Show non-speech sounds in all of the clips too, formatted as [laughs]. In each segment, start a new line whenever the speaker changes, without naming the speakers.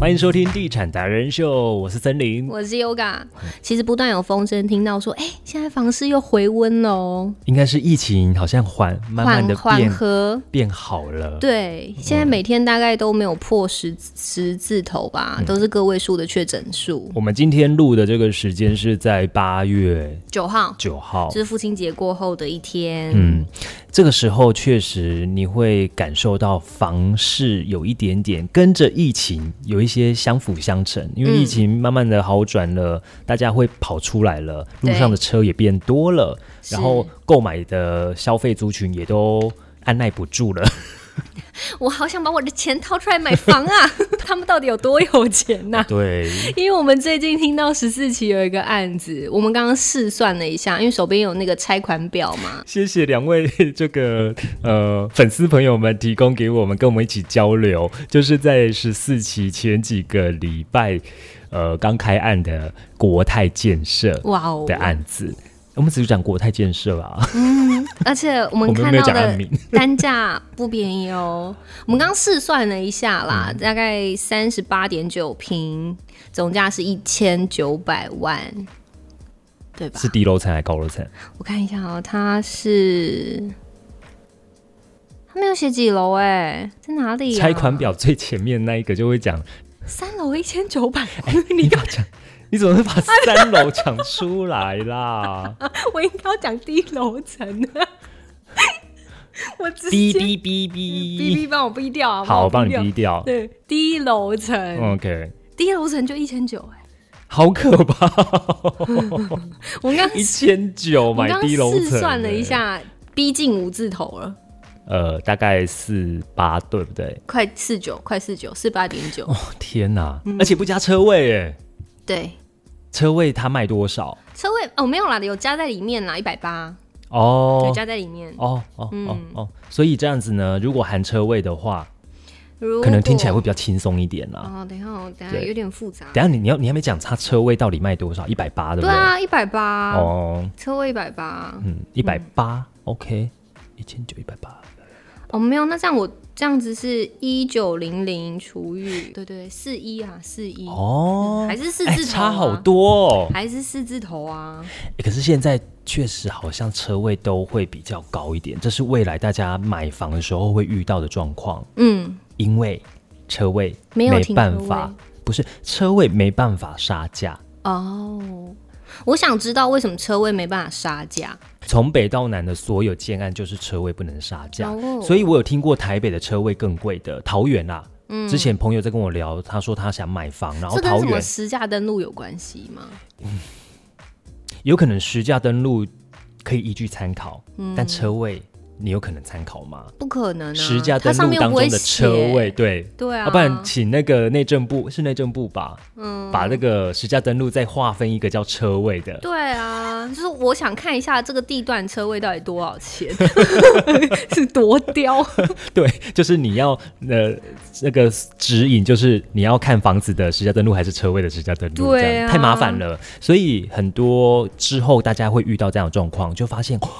欢迎收听《地产达人秀》，我是森林。
我是 Yoga。其实不断有风声听到说，哎、现在房市又回温了哦，
应该是疫情好像缓慢慢的
缓缓
变嗯
和。
变好了，
对，现在每天大概都没有破十十字头
嗯
吧，都是个位数的确诊数。
我们今天录的这个时间是在八月
九号，
九号
这，是父亲节过后的一天。
嗯，这个时候确实你会感受到房市有一点点跟着疫情有一些相辅相成，
嗯
因为疫情慢慢的好转了，大家会跑出来了，路
对
上的车也变多了，然后购买的消费族群也都按耐不住
[laughs]
了。
我好想把我的钱掏出来买
[laughs]
房啊！他们到底有多有钱呐、
对，
因为我们最近听到十四期有一个案子，我们刚刚试算了一下，因为手边有那个拆款表嘛，
谢谢两位 [laughs] 这个呃粉丝朋友们提供给我们，跟我们一起交流，就是在十四期前几个礼拜，呃刚开案的国泰建设
哇哦
的！案子。我们只是讲国泰建设啦，
而且我
[laughs] 我
们
们
看
没有
到
讲案
的
名
单价不便宜哦，我们刚刚试算了一下啦，
嗯
大概三十八点九平，总价是一千九百万，对吧
是？低楼层还是高楼 [laughs] 层？
我看一下哦，它是。它没有写几楼哎、在哪里、啊？
拆款表最前面那一个就会讲，
三楼一千
[laughs]
九百，
哎
[laughs]
你要 [laughs] 讲，你怎么会把三楼讲出来 [laughs] 啦？
我应该要讲低楼层的。 [laughs] 我直
哔
接
哔哔
哔
哔，
哔帮我逼掉啊！
好，我帮你
逼
逼掉。
掉。
嗯
对，低楼层，
OK，
低楼层就一千九哎，
好可怕哦、
我刚
[laughs] 一千九
我
买
刚
低欸楼层、
试算了一，下，逼近五字头了，
呃，大概四八，对不对？
快四九，快四九，四八点九
哦。天哪，
嗯
而且不加车位耶，
对，
车位它卖多少？
车位哦没有啦，有加在里面啦，一百八，有
哦
加在里面。
哦哦哦
嗯
哦，所以这样子呢，如果含车位的话，
如
可能听起来
果
会比较轻松一点啦。
哦，等一下哦，等一下
对
有点复杂。
等一下你你要你还没讲它车位到底卖多少？一百八，对不
对
对？
啊，一百八，
哦，
车位一百八。
嗯，一百八，OK，一千九一百八，
哦，没有，那这样我这样子是一九零零除以对对四一啊，四一
哦，
还是四
哎
字头
差
啊
好多哦。
还是四字头啊。
欸可是现在确实好像车位都会比较高一点，这是未来大家买房的时候会遇到的状况，
嗯，
因为车位
没有停车
办法
位，
不是车位没办法杀价。
哦，我想知道为什么车位没办法杀价。
从北到南的所有建案，就是车位不能杀价，
哦
所以我有听过台北的车位更贵的，桃园啦、之前朋友在跟我聊，他说他想买房，然后
嗯这跟
桃
什么
园
实价登录有关系吗？
有可能实价登录可以依据参考，
嗯
但车位你有可能参考吗？
不可能啊，
实价
它
登
上
录
面
当
不
中
会
的车
写
位，，对，
对啊，
要、不然请那个内政部是内政部吧，
嗯，
把那个实价登录再划分一个叫车位的。
对啊，就是我想看一下这个地段车位到底多
[laughs]
少钱，是多刁。
[laughs] 对，就是你要呃那个指引，就是你要看房子的实价登录还是车位的实价登录，
对
这样
啊
太麻烦了。所以很多之后大家会遇到这样的状况，就发现哇、哦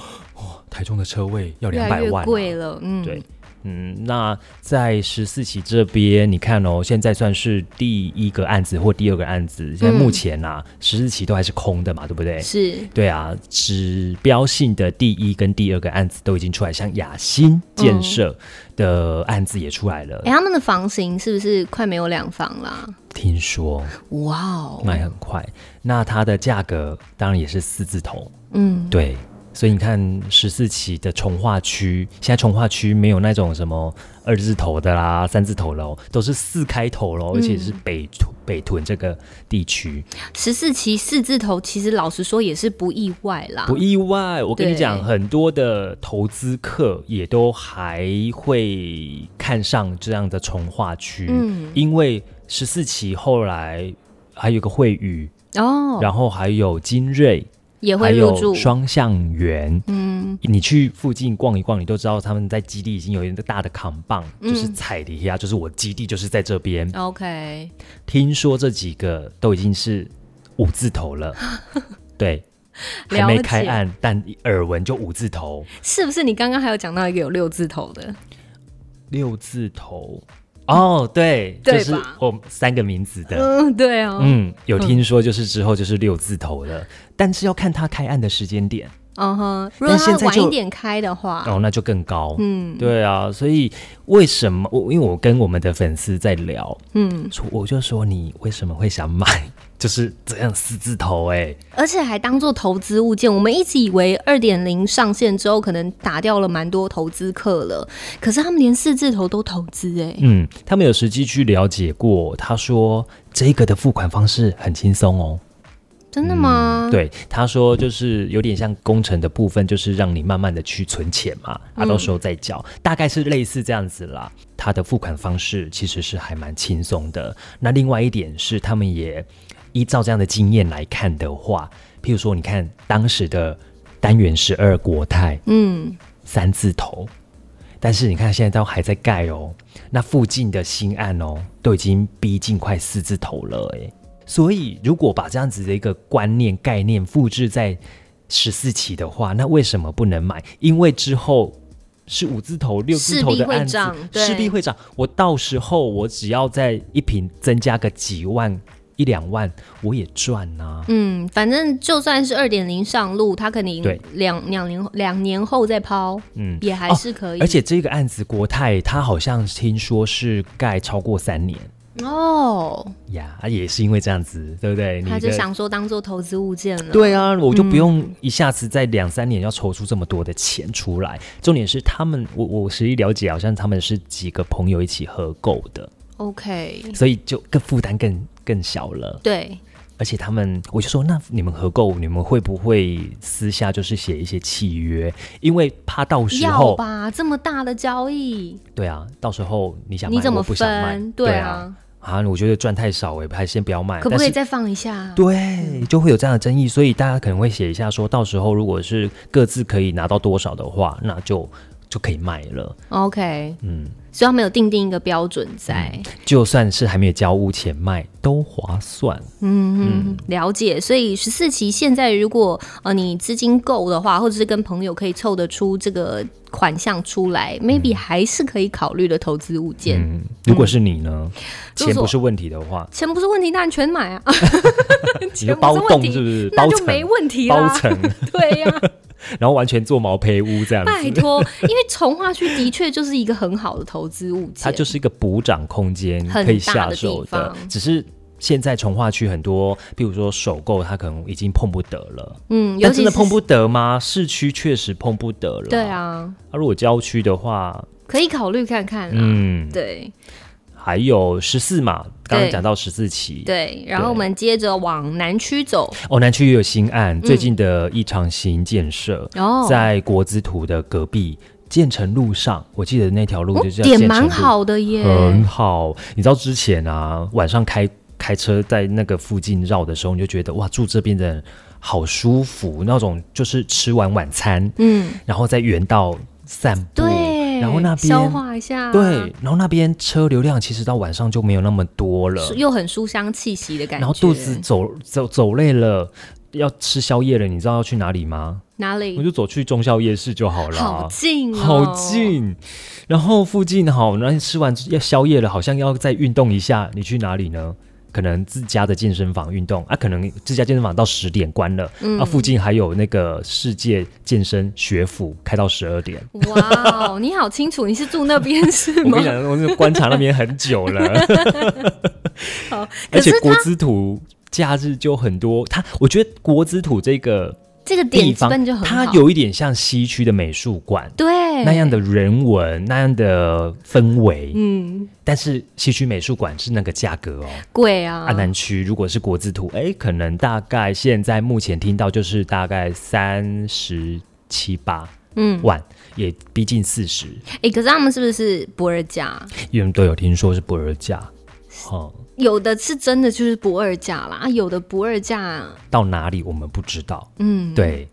台中的车位要
越
两
来
百
越
万、啊，
贵了，嗯，
对，嗯，那在十四期这边，你看哦，现在算是第一个案子或第二个案子，现在目前啊，十四期都还是空的嘛，对不对？
是，
对啊，指标性的第一跟第二个案子都已经出来，像雅欣建设的案子也出来了。
哎、他们的房型是不是快没有两房啦？
听说
哇哦，
卖很快，那它的价格当然也是四字头，
嗯，
对，所以你看十四期的从化区，现在从化区没有那种什么二字头的啦、三字头喽，都是四开头
嗯
喽，而且是北屯、北屯这个地区，
十四期四字头，其实老实说也是不意外啦，
不意外。我跟你
对
讲，很多的投资客也都还会看上这样的从化区，
嗯
因为十四期后来还有一个惠宇，
哦，
然后还有金瑞，
也
还
会入
有
住，
双向园，
嗯，
你去附近逛一逛，你都知道他们在基地已经有一个大的扛棒，
嗯
就是踩的呀，就是我基地就是在这边。
OK，
听说这几个都已经是五字头
[laughs]
了，对，还
了
没
解
开案，但耳闻就五字头，
是不是你刚刚还有讲到一个有六字头的？
六字头。哦，对，
对
就是
吧
我三个名字的，
嗯， [laughs] 对哦，嗯
嗯，有听说就是之后就是六字头的，但是要看它开案的时间点
嗯哼，如
但
果
现
他
在
晚
就
一点开的话，
哦，那就更高。
啊嗯
对啊，所以为什么我因为我跟我们的粉丝在聊，
嗯，
我就说你为什么会想买， [laughs] 就是这样四字头哎、
而且还当做投资物件。我们一直以为二点零上线之后，可能打掉了蛮多投资客了，可是他们连四字头都投资哎、
嗯，他们有实际去了解过，他说这个的付款方式很轻松哦。
真的吗？
对，他说就是有点像工程的部分，就是让你慢慢的去存钱嘛，
嗯
啊，到时候再缴，大概是类似这样子啦。他的付款方式其实是还蛮轻松的。那另外一点是，他们也依照这样的经验来看的话，譬如说，你看当时的单元十二国泰，
嗯，
三字头，但是你看现在都还在盖哦，那附近的新案哦，都已经逼近快四字头了诶。所以如果把这样子的一个观念概念复制在十四期的话，那为什么不能买？因为之后。是五字头、六字头
势
的
必会
案子
涨，对
势必会涨。我到时候我只要在一平增加个几万、一两万，我也赚啊。
嗯，反正就算是二点零上路，它肯定
对
两两年两年后再抛，
嗯
也还是可以。
而且这个案子，国泰它好像听说是盖超过三年，
哦，
呀，啊也是因为这样子，对不对？你
他就
的
想说当做投资物件了。
对啊，我就不用一下子在两三年要筹出这么多的钱出来。重点是他们，我我实际了解，好像他们是几个朋友一起合购的，
，OK，
所以就更负担更更小了。
对，
而且他们，我就说，那你们合购，你们会不会私下就是写一些契约？因为怕到时
要
候，
吧，这么大的交易，
对啊，到时候你想
你
卖，
怎么
我不想卖
分？，
对啊，
啊，
啊，我觉得赚太少哎、还先不要卖。
可不
但
可
是
以再放一下？嗯
对，就会有这样的争议，所以大家可能会写一下说，到时候如果是各自可以拿到多少的话，那就就可以卖了。
，OK，
嗯，
所以他们有定定一个标准在。
就算是还没有交屋前卖，都划算。
嗯，了解。所以十四期现在如果呃你资金够的话，或者是跟朋友可以凑得出这个款项出来、m a y b e 还是可以考虑的投资物件。
嗯，如果是你呢，
如
钱
果
不是问题的
[laughs]
话，
钱不是问题，当然全买啊，
[laughs] 你
钱
就
不
包
是问
栋
题
是不是？
那
包
就没
层，
问题
包
啦。
层， [laughs]
对呀、
然后完全做毛坯屋这样
拜
子。
托，因为从化区的确就是一个很好的投资物
它
件，
就是一个补涨空间
很
可以
大
下
的地
手的，
方
只是现在从化区很多，比如说首购，它可能已经碰不得了。
嗯，尤
但
其
真的
是
碰不得吗？市区确实碰不得了。
对，啊，
啊、如果郊区的话，
可以考虑看看啊。
嗯，
对
还有十四嘛，刚刚
对
讲到十四期，
对，然后我们接着往南区走，
哦，南区也有新
嗯
案，最近的异常型建设、
然后
哦在国资图的隔壁建成路上，我记得那条路
哦
就叫建成
点
路，
蛮好的耶，
很好。你知道之前啊，晚上开开车在那个附近绕的时候，你就觉得哇，住这边的人好舒服，那种就是吃完晚餐，
嗯，
然后在原道散步，
对，
然后那边
消化一下，
对，，然后那边车流量其实到晚上就没有那么多了，
又很书香气息的感觉。
然后肚子走走走累了，要吃宵夜了，你知道要去哪里吗？
哪
我
里
就走去中校夜市就好了
嗯好
啊。
近、哦，
好。近，然后附近好，那吃完要宵夜了，好像要再运动一下。你去哪里呢？可能自家的健身房运动啊，可能自家健身房到十点关了，
嗯
啊，附近还有那个世界健身学府开到十二点。
哇哦，你好清楚，你是住那
[laughs]
边是
我
[laughs] 吗
跟你？讲，我是观察那边很久了。
[laughs] 好，可
而且
是
国资土假日就很多，它我觉得国资土这个
这个点
地
基
方
本就，很
它
好，哎
有一点像西区的美术馆
对
那样的人文那样的氛围，
嗯
但是西区美术馆是那个价格哦。
贵啊，
安南区如果是国资土，哎，可能大概现在目前听到就是大概三十七八
嗯，
万，也逼近四十，
哎、可是他们是不是不二价？
因为都有听说是不二价。哦，
有的是真的就是不二价啦，啊，有的不二价，
到哪里我们不知道，
嗯，
对，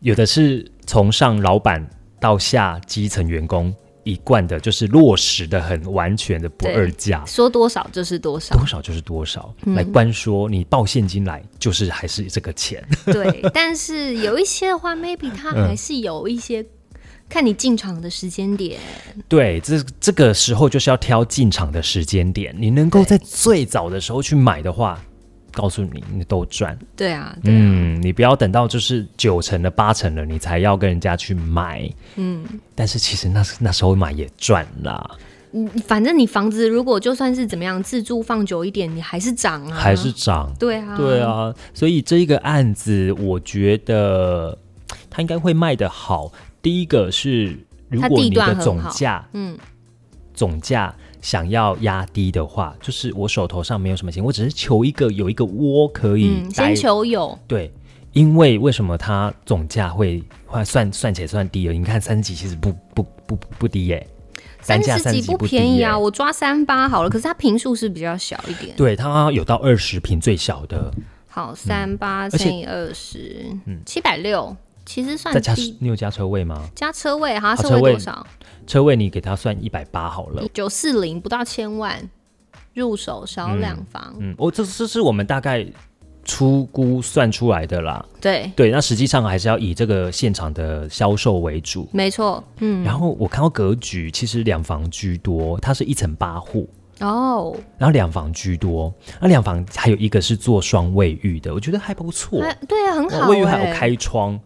有的是从上老板到下基层员工一贯的，就是落实的很完全的不
对嗯
二价，
说多少就是多少，
多少就是多少，来官说你报现金来就是还 [laughs]
嗯
是这个钱，嗯
对，但是有一些的话，maybe 它还是有一些看你进场的时间点。
对，这这个时候就是要挑进场的时间点，你能够在最早的时候去买的话，告诉你你都赚。
对啊，对啊，
嗯，你不要等到就是九成了、八成了，你才要跟人家去买。
嗯
但是其实那时那时候买也赚啦，
你你反正你房子如果就算是怎么样自住放久一点，你还是涨啊，
还是涨。
对啊，
对，啊，所以这一个案子，我觉得它应该会卖得好。第一个是，如
它
果
地
你
段
的
很
总
好
价
嗯，
总价想要压低的话，就是我手头上没有什么钱，我只是求一个有一个窝可以
嗯，
待
先求有，
对。因为为什么它总价会会算算起来算低了？哦你看三级其实不不不不低耶、单价
十
三
几
级
不
低
便宜啊，
耶
我抓三八好了，可是它平数是比较小一点。
对，它有到二十平最小的，
好，三八
嗯且嗯
乘以二十，七百六，其实算
再加
低。
你有加车位吗？
加车位，好，它
好
车
车位
位多少？
车位你给它算一百八好了。
九四零，不到千万，入手小两房。
嗯，哦，这这是我们大概初估算出来的啦。
对，
对，那实际上还是要以这个现场的销售为主。
没错。嗯，
然后我看到格局，其实两房居多，它是一层八户，
哦，
然后两房居多，那两房还有一个是做双卫浴的，我觉得还不错。
哎，对啊，很
哦
好
卫浴还有
哎。
开窗，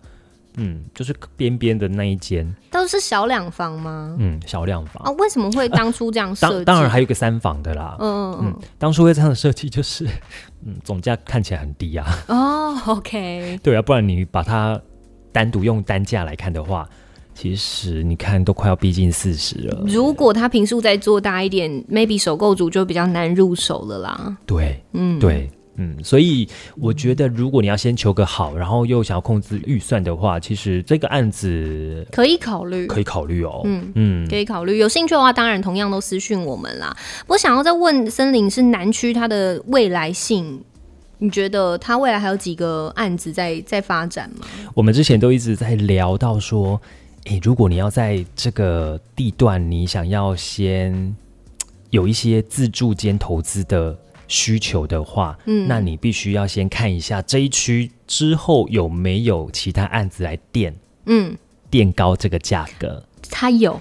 嗯，就是边边的那一间，
都是小两房吗？
嗯，小两房。
啊，为什么会当初这样设
当
计？
当然还有一个三房的啦，
嗯，嗯
当初会这样的设计就是， [laughs] 嗯，总价看起来很低啊。 [laughs]
嗯，哦，OK，
对啊，不然你把它单独用单价来看的话，其实你看都快要逼近四十了。
如果它平数再做大一点，maybe 首购族就比较难入手了啦。
对，
嗯，
对，嗯，所以我觉得，如果你要先求个好，然后又想要控制预算的话，其实这个案子
可以考虑，
可以考虑哦。
嗯
嗯，
可以考虑。有兴趣的话，当然同样都私讯我们啦。我想要再问森林是南区它的未来性，你觉得它未来还有几个案子在在发展吗？
我们之前都一直在聊到说，诶，如果你要在这个地段，你想要先有一些自住兼投资的需求的话，嗯，那你必须要先看一下这一区之后有没有其他案子来垫
嗯，
垫高这个价格。
它有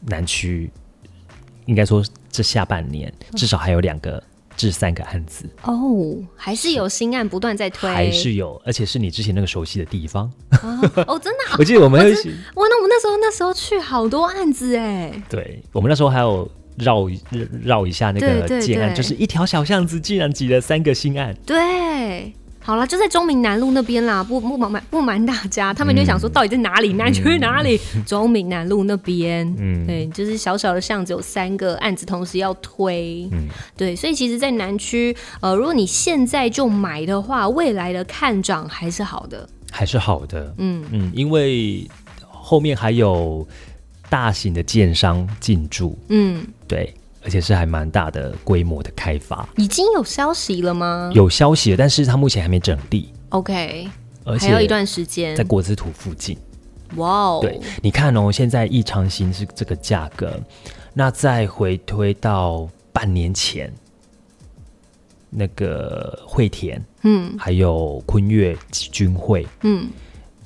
南区应该说这下半年至少还有两个至三个案子，
哦，还是有新案不断在推，
还是有， [laughs] 而且是你之前那个熟悉的地方。
哦，真的、啊，
我记得我们有一起。
哇，那我那时候那时候去好多案子哎，
对，我们那时候还有绕一绕一下那
对
个
对
建案，
对
就是一条小巷子竟然挤了三个新案。
对。好了，就在中明南路那边啦，不不不瞒不瞒大家，他们就想
嗯
说到底在哪里，南区哪里？中明南路那边，
嗯
对，就是小小的巷子有三个案子同时要推，
嗯
对，所以其实，在南区，呃，如果你现在就买的话，未来的看涨还是好的，
还是好的，
嗯，
嗯，因为后面还有大型的建商进驻，
嗯，
对，而且是还蛮大的规模的开发，
已经有消息了吗
有消息了，但是它目前还没整地，
？OK，
而
还有一
且
段时间
在，国资土附近。
哇哦，
对，你看哦，现在异常型是这个价格，那再回推到半年前，那个惠田，
嗯，
还有昆岳军会，
嗯，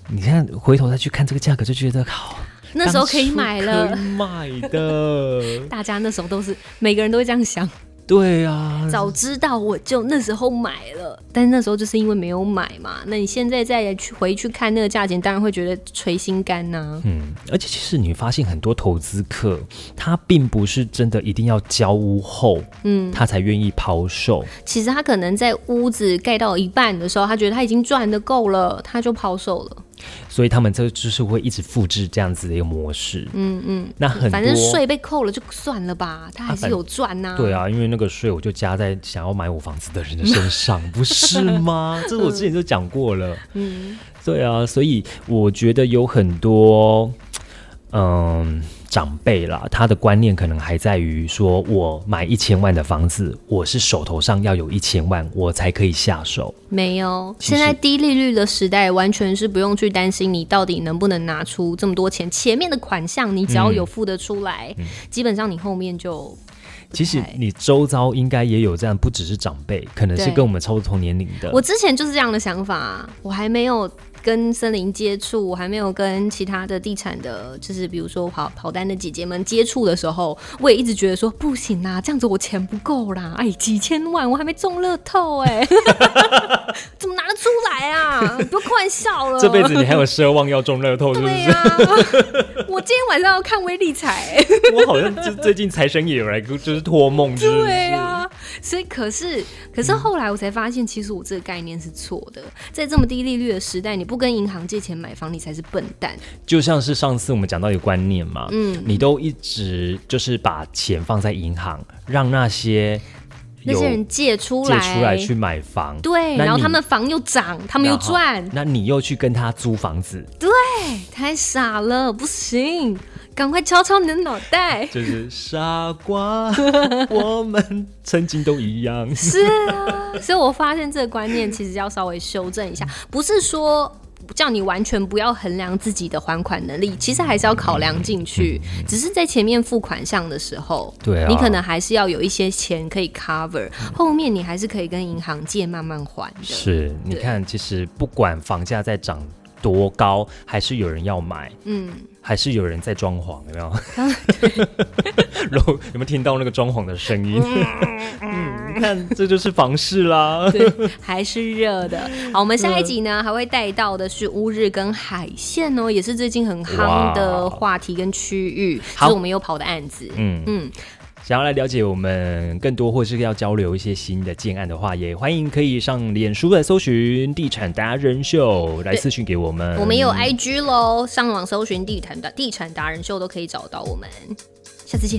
你看回头再去看这个价格，就觉得好，
那时候可以买
当
了
初可。以买
[laughs]
的，
大家那时候都是每个人都会这样想，
对啊，
早知道我就那时候买了，但那时候就是因为没有买嘛。那你现在再去回去看那个价钱，当然会觉得捶心肝呐、
嗯，而且其实你发现很多投资客，他并不是真的一定要交屋后，嗯，他才愿意抛售，
其实他可能在屋子盖到一半的时候，他觉得他已经赚的够了，他就抛售了。
所以他们这就是会一直复制这样子的一个模式，
嗯嗯，
那很多
反正税被扣了就算了吧，他还是有赚呐、
对，啊，因为那个税我就加在想要买我房子的人的身上，不是
[laughs]
吗？这我之前就讲过了。嗯，对啊，所以我觉得有很多，嗯，长辈啦，他的观念可能还在于说，我买一千万的房子，我是手头上要有一千万，我才可以下手。
没有。
其实
现在低利率的时代，完全是不用去担心你到底能不能拿出这么多钱。前面的款项你
嗯
只要有付得出来，基本上你后面就
其实你周遭应该也有这样，不只是长辈，可能是
对
跟我们差不多同年龄的。
我之前就是这样的想法啊、我还没有跟森林接触，还没有跟其他的地产的，就是比如说跑跑单的姐姐们接触的时候，我也一直觉得说不行啦，这样子我钱不够啦，哎，几千万我还没中乐透哎、怎么拿得出来啊？不要开玩
[laughs]
笑了，
这辈子你还有奢望要中乐透是不
对
是？
呀、我今天晚上要看微理财、
我好像最最近财神也有来，就是托梦，就是嗯
对啊，所以可是可是后来我才发现，其实我这个概念是错的。在这么低利率的时代，你不跟银行借钱买房，你才是笨蛋。
就像是上次我们讲到一个观念嘛，
嗯
你都一直就是把钱放在银行，让那些
那
有
些人
借
借出来，
出来去买房，
对，
那
然后他
你
们房又涨，他们又
然后
赚，
那你又去跟他租房子，。
太傻了，不行，赶快敲敲你的脑袋
就是傻
[laughs]
瓜，我们曾经都一样。
是啊，所以我发现这个观念其实要稍微修正一下，不是说。叫你完全不要衡量自己的还款能力，其实还是要考量进去。只是在前面付款项的时候，
对啊
你可能还是要有一些钱可以 cover，、后面你还是可以跟银行借慢慢还的。
是，你
对
看，其实不管房价在涨多高，还是有人要买，
嗯，啊
还是有人在装潢，有没
[laughs]
有？然后 [laughs] 有没有听到那个装潢的声音？ [laughs] 嗯，你看，这就是房市啦。
对，还是热的。好，我们下一集呢还会带到的是乌日跟海线哦，也是最近很夯的
哇
话题跟区域，
好
是我们又跑的案子。
[laughs] 嗯，
嗯，
想要来了解我们更多，或是要交流一些新的建案的话，也欢迎可以上脸书来搜寻“地产达人秀”来私讯给我们。
我们也有 IG 喽，上网搜寻地产达地产达人秀都可以找到我们。下次见，